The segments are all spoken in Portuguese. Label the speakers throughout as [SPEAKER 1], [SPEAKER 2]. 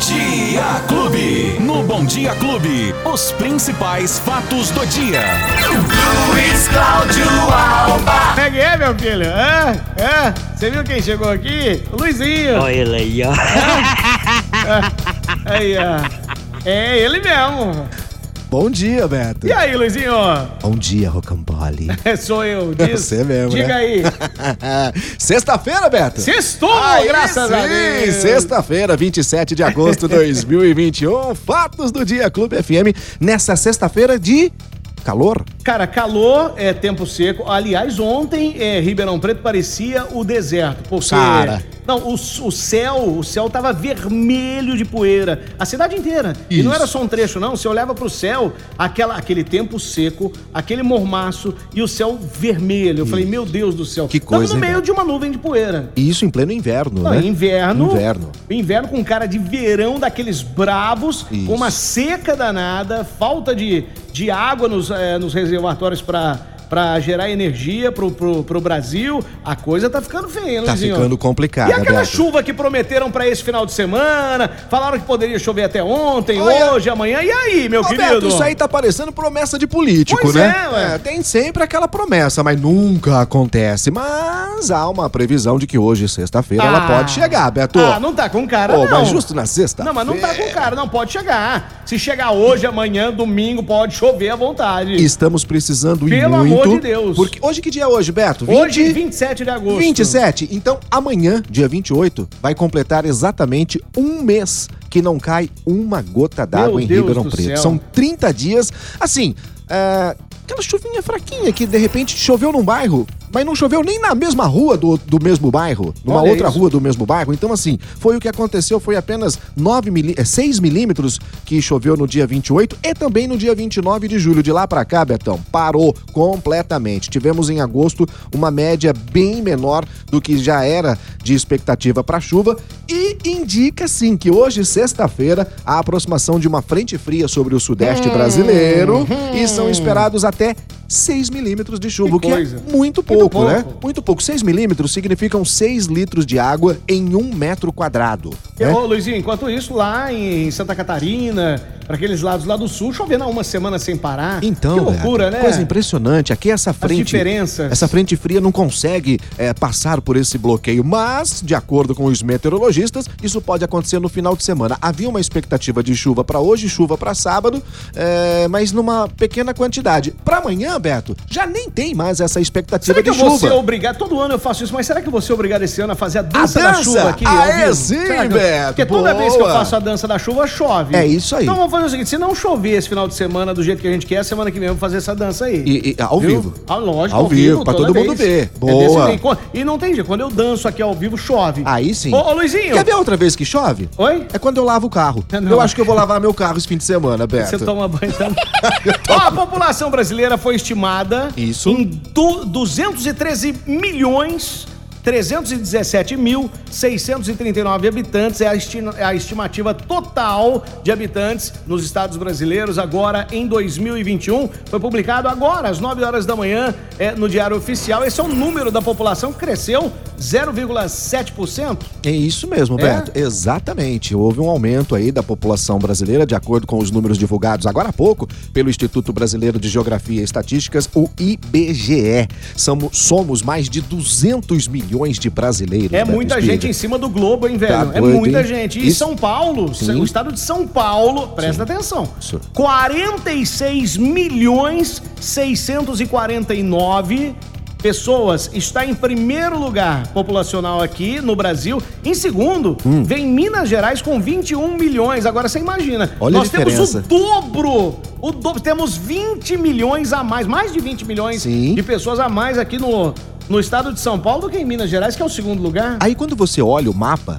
[SPEAKER 1] Dia Clube. No Bom Dia Clube, os principais fatos do dia.
[SPEAKER 2] Luiz Cláudio Alba.
[SPEAKER 3] Peguei, é meu filho. Hã? Hã? Você viu quem chegou aqui? O Luizinho.
[SPEAKER 4] Olha ele aí, ó.
[SPEAKER 3] Aí, ó. É ele mesmo.
[SPEAKER 5] Bom dia, Beto.
[SPEAKER 3] E aí, Luizinho?
[SPEAKER 5] Bom dia, Rocambole.
[SPEAKER 3] É, Sou eu. Diz,
[SPEAKER 5] Você mesmo,
[SPEAKER 3] Diga
[SPEAKER 5] né?
[SPEAKER 3] aí.
[SPEAKER 5] Sexta-feira, Beto.
[SPEAKER 3] Sextou,
[SPEAKER 5] Aí
[SPEAKER 3] graças
[SPEAKER 5] sim,
[SPEAKER 3] a Deus.
[SPEAKER 5] Sexta-feira, 27 de agosto de 2021. Fatos do Dia Clube FM. Nessa sexta-feira de calor.
[SPEAKER 3] Cara, calor, é tempo seco. Aliás, ontem é, Ribeirão Preto parecia o deserto, porque
[SPEAKER 5] Cara.
[SPEAKER 3] não, o, s- o céu, o céu tava vermelho de poeira, a cidade inteira. E não
[SPEAKER 5] Isso.
[SPEAKER 3] era só um trecho não, você olhava pro céu, aquela aquele tempo seco, aquele mormaço e o céu vermelho. Eu falei, meu Deus do céu.
[SPEAKER 5] Que
[SPEAKER 3] Tava
[SPEAKER 5] coisa,
[SPEAKER 3] no
[SPEAKER 5] hein,
[SPEAKER 3] meio
[SPEAKER 5] cara?
[SPEAKER 3] de uma nuvem de poeira.
[SPEAKER 5] E isso em pleno inverno,
[SPEAKER 3] Não,
[SPEAKER 5] né?
[SPEAKER 3] Inverno.
[SPEAKER 5] Inverno.
[SPEAKER 3] Inverno com cara de verão daqueles bravos,
[SPEAKER 5] Isso.
[SPEAKER 3] com uma seca danada, falta de, de água nos, eh, nos reservatórios para para gerar energia pro, pro, pro Brasil, a coisa tá ficando feia, hein,
[SPEAKER 5] Tá
[SPEAKER 3] Luizinho?
[SPEAKER 5] ficando complicada,
[SPEAKER 3] E aquela
[SPEAKER 5] Beto.
[SPEAKER 3] chuva que prometeram para esse final de semana, falaram que poderia chover até ontem,
[SPEAKER 5] Olha-
[SPEAKER 3] hoje, amanhã. E aí, meu
[SPEAKER 5] Ô,
[SPEAKER 3] querido?
[SPEAKER 5] Beto, isso aí tá parecendo promessa de político,
[SPEAKER 3] Pois
[SPEAKER 5] né?
[SPEAKER 3] é, ué.
[SPEAKER 5] tem sempre aquela promessa, mas nunca acontece. Mas há uma previsão de que hoje, sexta-feira, ela
[SPEAKER 3] Ah.
[SPEAKER 5] pode chegar, Beto.
[SPEAKER 3] Ah, não tá com cara,
[SPEAKER 5] Pô,
[SPEAKER 3] não.
[SPEAKER 5] mas justo na sexta?
[SPEAKER 3] Não, mas não tá com cara, não. Pode chegar. Se chegar hoje, amanhã, domingo, pode chover à vontade.
[SPEAKER 5] Estamos precisando ir
[SPEAKER 3] Pelo
[SPEAKER 5] muito.
[SPEAKER 3] amor de Deus.
[SPEAKER 5] Porque hoje que dia é hoje, Beto?
[SPEAKER 3] Hoje,
[SPEAKER 5] 20?
[SPEAKER 3] 27 de agosto.
[SPEAKER 5] 27. Então, amanhã, dia 28, vai completar exatamente um mês que não cai uma gota d'água em
[SPEAKER 3] Deus
[SPEAKER 5] Ribeirão
[SPEAKER 3] do
[SPEAKER 5] Preto.
[SPEAKER 3] céu.
[SPEAKER 5] São 30 dias. Assim, é, aquela chuvinha fraquinha que de repente choveu num bairro, mas não choveu nem na mesma rua do, do mesmo bairro, numa
[SPEAKER 3] Olha
[SPEAKER 5] outra
[SPEAKER 3] isso.
[SPEAKER 5] rua do mesmo bairro. Então, assim, foi o que aconteceu, foi apenas 9 mili- eh, 6 milímetros que choveu no dia 28 e também no dia 29 de julho. De lá pra cá, Betão, parou completamente. Tivemos em agosto uma média bem menor do que já era de expectativa pra chuva e indica sim que hoje, sexta-feira, a aproximação de uma frente fria sobre o sudeste
[SPEAKER 3] Hum.
[SPEAKER 5] brasileiro e são esperados até 6 milímetros de chuva,
[SPEAKER 3] Que
[SPEAKER 5] o que é
[SPEAKER 3] coisa.
[SPEAKER 5] muito pouco,
[SPEAKER 3] pouco.
[SPEAKER 5] né? Muito pouco. 6 milímetros significam 6 litros de água em um metro quadrado.
[SPEAKER 3] E,
[SPEAKER 5] né?
[SPEAKER 3] Ô, Luizinho, enquanto isso, lá em Santa Catarina, pra aqueles lados lá do sul, chovendo há uma semana sem parar.
[SPEAKER 5] Então,
[SPEAKER 3] que loucura,
[SPEAKER 5] Beto,
[SPEAKER 3] né?
[SPEAKER 5] coisa impressionante. Aqui essa frente,
[SPEAKER 3] diferenças.
[SPEAKER 5] essa frente fria não consegue eh, passar por esse bloqueio, mas de acordo com os meteorologistas, isso pode acontecer no final de semana. Havia uma expectativa de chuva para hoje, chuva para sábado, eh, mas numa pequena quantidade. Para amanhã, Beto, já nem tem mais essa expectativa
[SPEAKER 3] Será
[SPEAKER 5] de
[SPEAKER 3] que eu vou ser
[SPEAKER 5] chuva.
[SPEAKER 3] obrigado? Todo ano eu faço isso, mas será que eu vou ser obrigado esse ano a fazer a dança, da
[SPEAKER 5] dança?
[SPEAKER 3] chuva aqui?
[SPEAKER 5] Ah,
[SPEAKER 3] ao
[SPEAKER 5] é?
[SPEAKER 3] vivo?
[SPEAKER 5] Sim,
[SPEAKER 3] Será que eu-
[SPEAKER 5] Beto,
[SPEAKER 3] Porque toda vez que eu
[SPEAKER 5] boa.
[SPEAKER 3] faço a dança da chuva, chove.
[SPEAKER 5] É isso aí.
[SPEAKER 3] Então vamos fazer o seguinte: se não chover esse final de semana do jeito que a gente quer, semana que vem eu vou fazer essa dança aí.
[SPEAKER 5] E- e- ao
[SPEAKER 3] Viu?
[SPEAKER 5] vivo.
[SPEAKER 3] Ah, lógico,
[SPEAKER 5] Ao vivo, pra
[SPEAKER 3] toda
[SPEAKER 5] todo mundo
[SPEAKER 3] vez.
[SPEAKER 5] ver.
[SPEAKER 3] É desse
[SPEAKER 5] Boa.
[SPEAKER 3] jeito. E não tem jeito, quando eu danço aqui ao vivo, chove.
[SPEAKER 5] Aí sim.
[SPEAKER 3] Ô, ô, Luizinho.
[SPEAKER 5] Quer ver outra vez que chove?
[SPEAKER 3] Oi?
[SPEAKER 5] É quando eu lavo o carro.
[SPEAKER 3] Não.
[SPEAKER 5] Eu acho que eu vou lavar meu carro esse fim de semana, Beto.
[SPEAKER 3] Você toma banho também. Ó, a população brasileira foi estimada
[SPEAKER 5] Isso.
[SPEAKER 3] em du- 213 milhões 317.639 habitantes é a, esti- é a estimativa total de habitantes nos estados brasileiros agora em 2021. Foi publicado agora às 9 horas da manhã é, no Diário Oficial. Esse é o número da população que cresceu 0,7%.
[SPEAKER 5] É isso mesmo,
[SPEAKER 3] É?
[SPEAKER 5] Beto. Exatamente. Houve um aumento aí da população brasileira, de acordo com os números divulgados agora há pouco pelo Instituto Brasileiro de Geografia e Estatísticas, o IBGE. Somos, somos mais de 200 milhões de brasileiros.
[SPEAKER 3] É
[SPEAKER 5] Beto
[SPEAKER 3] muita
[SPEAKER 5] Espiga.
[SPEAKER 3] gente em cima do globo, hein, velho?
[SPEAKER 5] Tá
[SPEAKER 3] é
[SPEAKER 5] doido,
[SPEAKER 3] muita
[SPEAKER 5] hein?
[SPEAKER 3] gente. E
[SPEAKER 5] Isso-
[SPEAKER 3] São Paulo,
[SPEAKER 5] Sim.
[SPEAKER 3] o estado de São Paulo, presta atenção.
[SPEAKER 5] Isso.
[SPEAKER 3] 46 milhões 649 pessoas está em primeiro lugar populacional aqui no Brasil. Em segundo,
[SPEAKER 5] Hum.
[SPEAKER 3] vem Minas Gerais com 21 milhões. Agora você imagina.
[SPEAKER 5] Olha a
[SPEAKER 3] nós temos o
[SPEAKER 5] diferença.
[SPEAKER 3] dobro. O dobro. Temos 20 milhões a mais, mais de 20 milhões
[SPEAKER 5] Sim.
[SPEAKER 3] de pessoas a mais aqui no, no estado de São Paulo do que em Minas Gerais, que é o segundo lugar.
[SPEAKER 5] Aí quando você olha o mapa,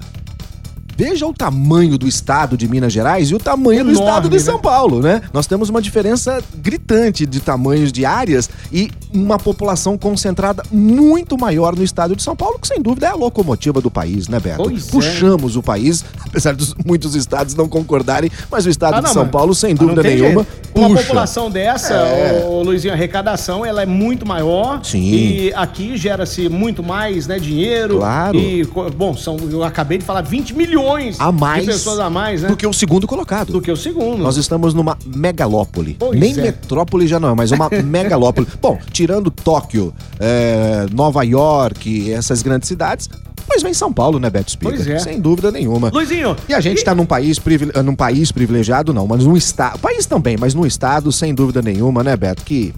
[SPEAKER 5] veja o tamanho do estado de Minas Gerais e o tamanho
[SPEAKER 3] Enorme,
[SPEAKER 5] do estado de
[SPEAKER 3] né?
[SPEAKER 5] São Paulo, né? Nós temos uma diferença gritante de tamanhos de áreas e uma população concentrada muito maior no estado de São Paulo, que sem dúvida é a locomotiva do país, né, Beto?
[SPEAKER 3] Pois é.
[SPEAKER 5] Puxamos o país, apesar de muitos estados não concordarem, mas o estado
[SPEAKER 3] Ah,
[SPEAKER 5] de
[SPEAKER 3] não,
[SPEAKER 5] São
[SPEAKER 3] mas-
[SPEAKER 5] Paulo, sem
[SPEAKER 3] mas não
[SPEAKER 5] dúvida
[SPEAKER 3] tem
[SPEAKER 5] nenhuma,
[SPEAKER 3] jeito. Uma
[SPEAKER 5] puxa. É.
[SPEAKER 3] população dessa, ô, Luizinho, a arrecadação, ela é muito maior.
[SPEAKER 5] Sim.
[SPEAKER 3] E aqui gera-se muito mais, né, dinheiro.
[SPEAKER 5] Claro.
[SPEAKER 3] E, co- bom, são, eu acabei de falar 20 milhões milhões
[SPEAKER 5] a mais,
[SPEAKER 3] de pessoas a mais, né?
[SPEAKER 5] do que o segundo colocado.
[SPEAKER 3] Do que o segundo.
[SPEAKER 5] Nós estamos numa megalópole.
[SPEAKER 3] Pois
[SPEAKER 5] Nem
[SPEAKER 3] é.
[SPEAKER 5] metrópole já não é, mas uma megalópole. Bom, tirando Tóquio, é, Nova York, essas grandes cidades, pois vem São Paulo, né, Beto Spica?
[SPEAKER 3] Pois é.
[SPEAKER 5] Sem dúvida nenhuma.
[SPEAKER 3] Luizinho.
[SPEAKER 5] E a gente está num país, privile- ah, num país privilegiado, não, mas num estado. País também, mas num estado, sem dúvida nenhuma, né, Beto? Que.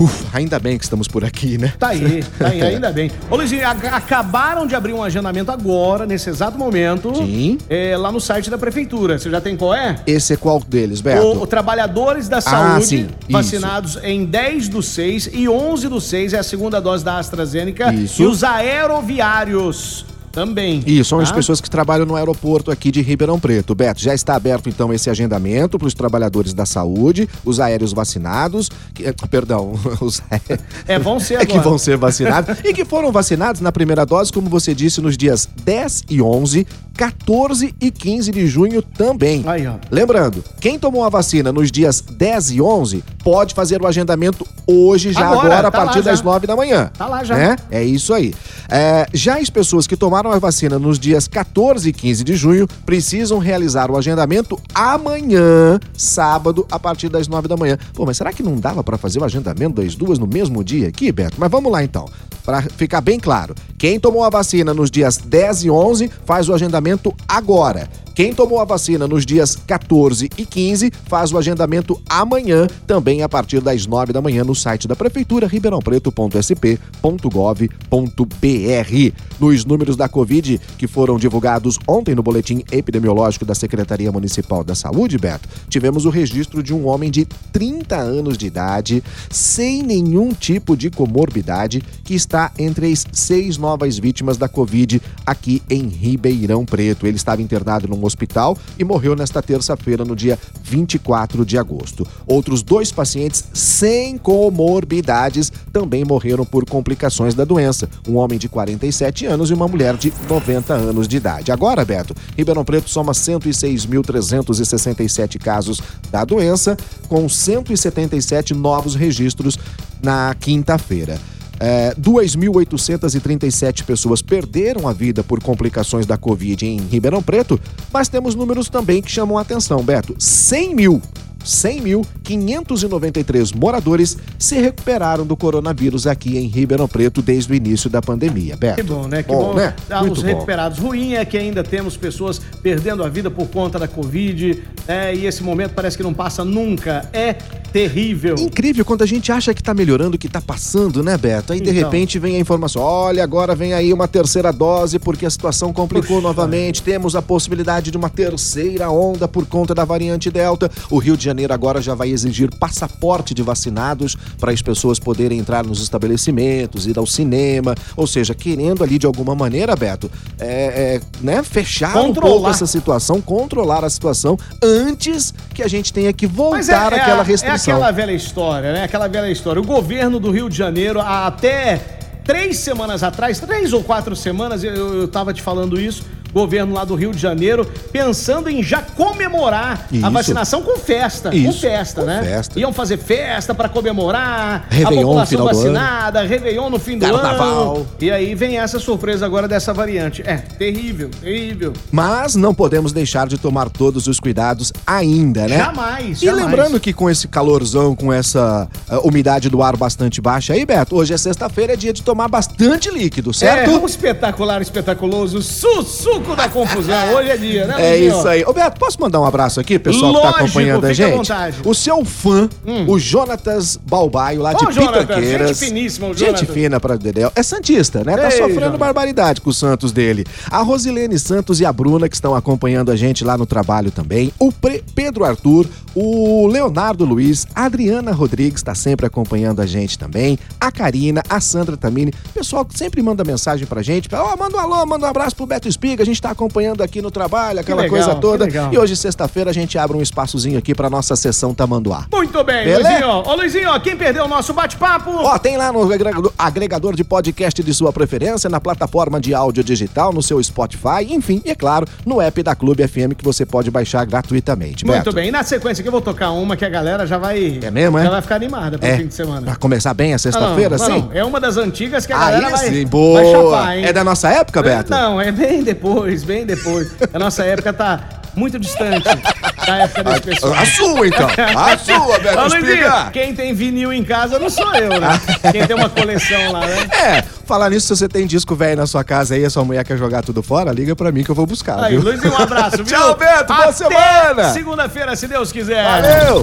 [SPEAKER 5] Uf, ainda bem que estamos por aqui, né?
[SPEAKER 3] Tá aí, tá aí, ainda bem. Ô Luizinho, a- acabaram de abrir um agendamento agora, nesse exato momento.
[SPEAKER 5] Sim.
[SPEAKER 3] é, lá no site da prefeitura. Você já tem qual é?
[SPEAKER 5] Esse é qual deles, Beto?
[SPEAKER 3] O, o Trabalhadores da Saúde,
[SPEAKER 5] Ah, sim, isso.
[SPEAKER 3] vacinados em 10 do 6 e 11 do 6 é a segunda dose da AstraZeneca.
[SPEAKER 5] Isso.
[SPEAKER 3] E os aeroviários também.
[SPEAKER 5] Isso, é são as
[SPEAKER 3] tá?
[SPEAKER 5] pessoas que trabalham no aeroporto aqui de Ribeirão Preto. Beto, já está aberto então esse agendamento para os trabalhadores da saúde, os aéreos vacinados, que- eh, perdão, os aé-
[SPEAKER 3] É, vão ser
[SPEAKER 5] é que
[SPEAKER 3] agora.
[SPEAKER 5] vão ser vacinados e que foram vacinados na primeira dose, como você disse, nos dias 10 e 11, 14 e 15 de junho também.
[SPEAKER 3] Aí, ó.
[SPEAKER 5] Lembrando, quem tomou a vacina nos dias 10 e 11 pode fazer o agendamento hoje já
[SPEAKER 3] Agora,
[SPEAKER 5] agora, a
[SPEAKER 3] tá lá
[SPEAKER 5] partir
[SPEAKER 3] já.
[SPEAKER 5] das 9 da manhã.
[SPEAKER 3] Tá lá já.
[SPEAKER 5] Né? É isso aí. É, já as pessoas que tomaram a vacina nos dias 14 e 15 de junho precisam realizar o agendamento amanhã, sábado, a partir das 9 da manhã. Pô, mas será que não dava pra fazer o agendamento das duas no mesmo dia aqui, Beto? Mas vamos lá então. Pra ficar bem claro, quem tomou a vacina nos dias 10 e 11 faz o agendamento agora. Quem tomou a vacina nos dias 14 e 15 faz o agendamento amanhã, também a partir das 9 da manhã, no site da Prefeitura, ribeirãopreto.sp.gov.br. Nos números da Covid que foram divulgados ontem no boletim epidemiológico da Secretaria Municipal da Saúde, Beto, tivemos o registro de um homem de 30 anos de idade, sem nenhum tipo de comorbidade, que está entre as seis novas vítimas da Covid aqui em Ribeirão Preto. Ele estava internado num hospital e morreu nesta terça-feira, no dia 24 de agosto. Outros dois pacientes sem comorbidades também morreram por complicações da doença. Um homem de 47 anos e uma mulher de 90 anos de idade. Agora, Beto, Ribeirão Preto soma 106.367 casos da doença, com 177 novos registros na quinta-feira. É, 2.837 pessoas perderam a vida por complicações da Covid em Ribeirão Preto, mas temos números também que chamam a atenção, Beto. 100 mil. 100.593 moradores se recuperaram do coronavírus aqui em Ribeirão Preto desde o início da pandemia. Beto.
[SPEAKER 3] Que bom, né? Que bom. Ah,
[SPEAKER 5] Muito
[SPEAKER 3] os
[SPEAKER 5] bom.
[SPEAKER 3] recuperados. Ruim é que ainda temos pessoas perdendo a vida por conta da Covid. né? e esse momento parece que não passa nunca. É terrível.
[SPEAKER 5] Incrível quando a gente acha que tá melhorando, que tá passando, né, Beto? Aí de
[SPEAKER 3] Então.
[SPEAKER 5] repente vem a informação: olha, agora vem aí uma terceira dose porque a situação complicou novamente. Temos a possibilidade de uma terceira onda por conta da variante Delta. O Rio de Janeiro agora já vai exigir passaporte de vacinados para as pessoas poderem entrar nos estabelecimentos, ir ao cinema. Ou seja, querendo ali de alguma maneira, Beto, é, é, né, fechar um pouco
[SPEAKER 3] Controlar.
[SPEAKER 5] essa situação, controlar a situação antes que a gente tenha que
[SPEAKER 3] Mas
[SPEAKER 5] voltar
[SPEAKER 3] a-
[SPEAKER 5] àquela
[SPEAKER 3] É
[SPEAKER 5] restrição.
[SPEAKER 3] aquela velha história, né? Aquela velha história. O governo do Rio de Janeiro, há até três semanas atrás, três ou quatro semanas, eu- eu estava te falando isso, governo lá do Rio de Janeiro, pensando em já comemorar a
[SPEAKER 5] Isso.
[SPEAKER 3] vacinação com festa. Com
[SPEAKER 5] Isso,
[SPEAKER 3] festa,
[SPEAKER 5] com
[SPEAKER 3] né?
[SPEAKER 5] festa.
[SPEAKER 3] Iam fazer festa para comemorar
[SPEAKER 5] Réveillon
[SPEAKER 3] a
[SPEAKER 5] no
[SPEAKER 3] população
[SPEAKER 5] final do ano.
[SPEAKER 3] vacinada, Réveillon no fim do
[SPEAKER 5] Carnaval.
[SPEAKER 3] ano. E aí vem essa surpresa agora dessa variante. É, terrível, terrível.
[SPEAKER 5] Mas não podemos deixar de tomar todos os cuidados ainda, né?
[SPEAKER 3] Jamais,
[SPEAKER 5] E
[SPEAKER 3] jamais.
[SPEAKER 5] lembrando que com esse calorzão, com essa ah, umidade do ar bastante baixa aí, Beto, hoje é sexta-feira, é dia de tomar bastante líquido,
[SPEAKER 3] É, um
[SPEAKER 5] certo?
[SPEAKER 3] espetacular, espetaculoso, sussuco da confusão. Hoje é dia, né?
[SPEAKER 5] É,
[SPEAKER 3] Luizinho?
[SPEAKER 5] isso aí. Ô, Beto, posso mandar um abraço aqui, pessoal que tá
[SPEAKER 3] Lógico,
[SPEAKER 5] acompanhando a
[SPEAKER 3] fica à
[SPEAKER 5] gente?
[SPEAKER 3] vontade. Hum.
[SPEAKER 5] O seu fã, o Jonatas Balbaio, lá de
[SPEAKER 3] Ô, Jonatas,
[SPEAKER 5] Pitanqueiras.
[SPEAKER 3] gente finíssima, o
[SPEAKER 5] Gente
[SPEAKER 3] Jonatas.
[SPEAKER 5] fina pra Dedéu. É santista, né? Tá
[SPEAKER 3] Ei,
[SPEAKER 5] sofrendo
[SPEAKER 3] Jonatas.
[SPEAKER 5] barbaridade com o Santos dele. A Rosilene Santos e a Bruna, que estão acompanhando a gente lá no trabalho também. O Pre- Pedro Arthur, o Leonardo Luiz, a Adriana Rodrigues está sempre acompanhando a gente também. A Karina, a Sandra Tamini. Pessoal que sempre manda mensagem pra gente. fala, Ó, manda um alô, manda um abraço pro Beto Espiga. A gente tá acompanhando aqui no trabalho, aquela
[SPEAKER 3] legal,
[SPEAKER 5] coisa
[SPEAKER 3] que
[SPEAKER 5] toda.
[SPEAKER 3] legal.
[SPEAKER 5] E hoje, sexta-feira, a gente abre um espaçozinho aqui pra nossa sessão Tamanduá.
[SPEAKER 3] Muito bem,
[SPEAKER 5] Beleza?
[SPEAKER 3] Luizinho. Ô, Luizinho, ó, quem perdeu o nosso bate-papo?
[SPEAKER 5] Ó, tem lá no agregador- agregador de podcast de sua preferência, na plataforma de áudio digital, no seu Spotify, enfim, e é claro, no app da Clube FM que você pode baixar gratuitamente.
[SPEAKER 3] Muito
[SPEAKER 5] Beto.
[SPEAKER 3] bem. E na sequência aqui eu vou tocar uma que a galera já vai.
[SPEAKER 5] É mesmo, é?
[SPEAKER 3] Já vai ficar animada pro
[SPEAKER 5] É,
[SPEAKER 3] fim de semana. Ah,
[SPEAKER 5] pra começar bem a
[SPEAKER 3] Não, não,
[SPEAKER 5] sexta-feira,
[SPEAKER 3] não,
[SPEAKER 5] sim?
[SPEAKER 3] não. É uma das antigas que a
[SPEAKER 5] Aí
[SPEAKER 3] galera vai,
[SPEAKER 5] sim,
[SPEAKER 3] vai
[SPEAKER 5] boa!
[SPEAKER 3] chapar, hein?
[SPEAKER 5] é da nossa época, Beto?
[SPEAKER 3] Não, é bem depois. depois, bem depois. A nossa época tá muito distante da época das pessoas.
[SPEAKER 5] A sua, então. A sua, Beto
[SPEAKER 3] Ô, Luizinho,
[SPEAKER 5] Espiga.
[SPEAKER 3] quem tem vinil em casa não sou eu, né?
[SPEAKER 5] Ah.
[SPEAKER 3] Quem tem uma coleção lá, né?
[SPEAKER 5] É, falar nisso, se você tem disco velho na sua casa aí, a sua mulher quer jogar tudo fora, liga pra mim que eu vou buscar,
[SPEAKER 3] Aí,
[SPEAKER 5] viu?
[SPEAKER 3] Luizinho, um abraço, viu?
[SPEAKER 5] Tchau, Beto, boa
[SPEAKER 3] Até
[SPEAKER 5] semana.
[SPEAKER 3] Segunda-feira, se Deus quiser.
[SPEAKER 5] Valeu!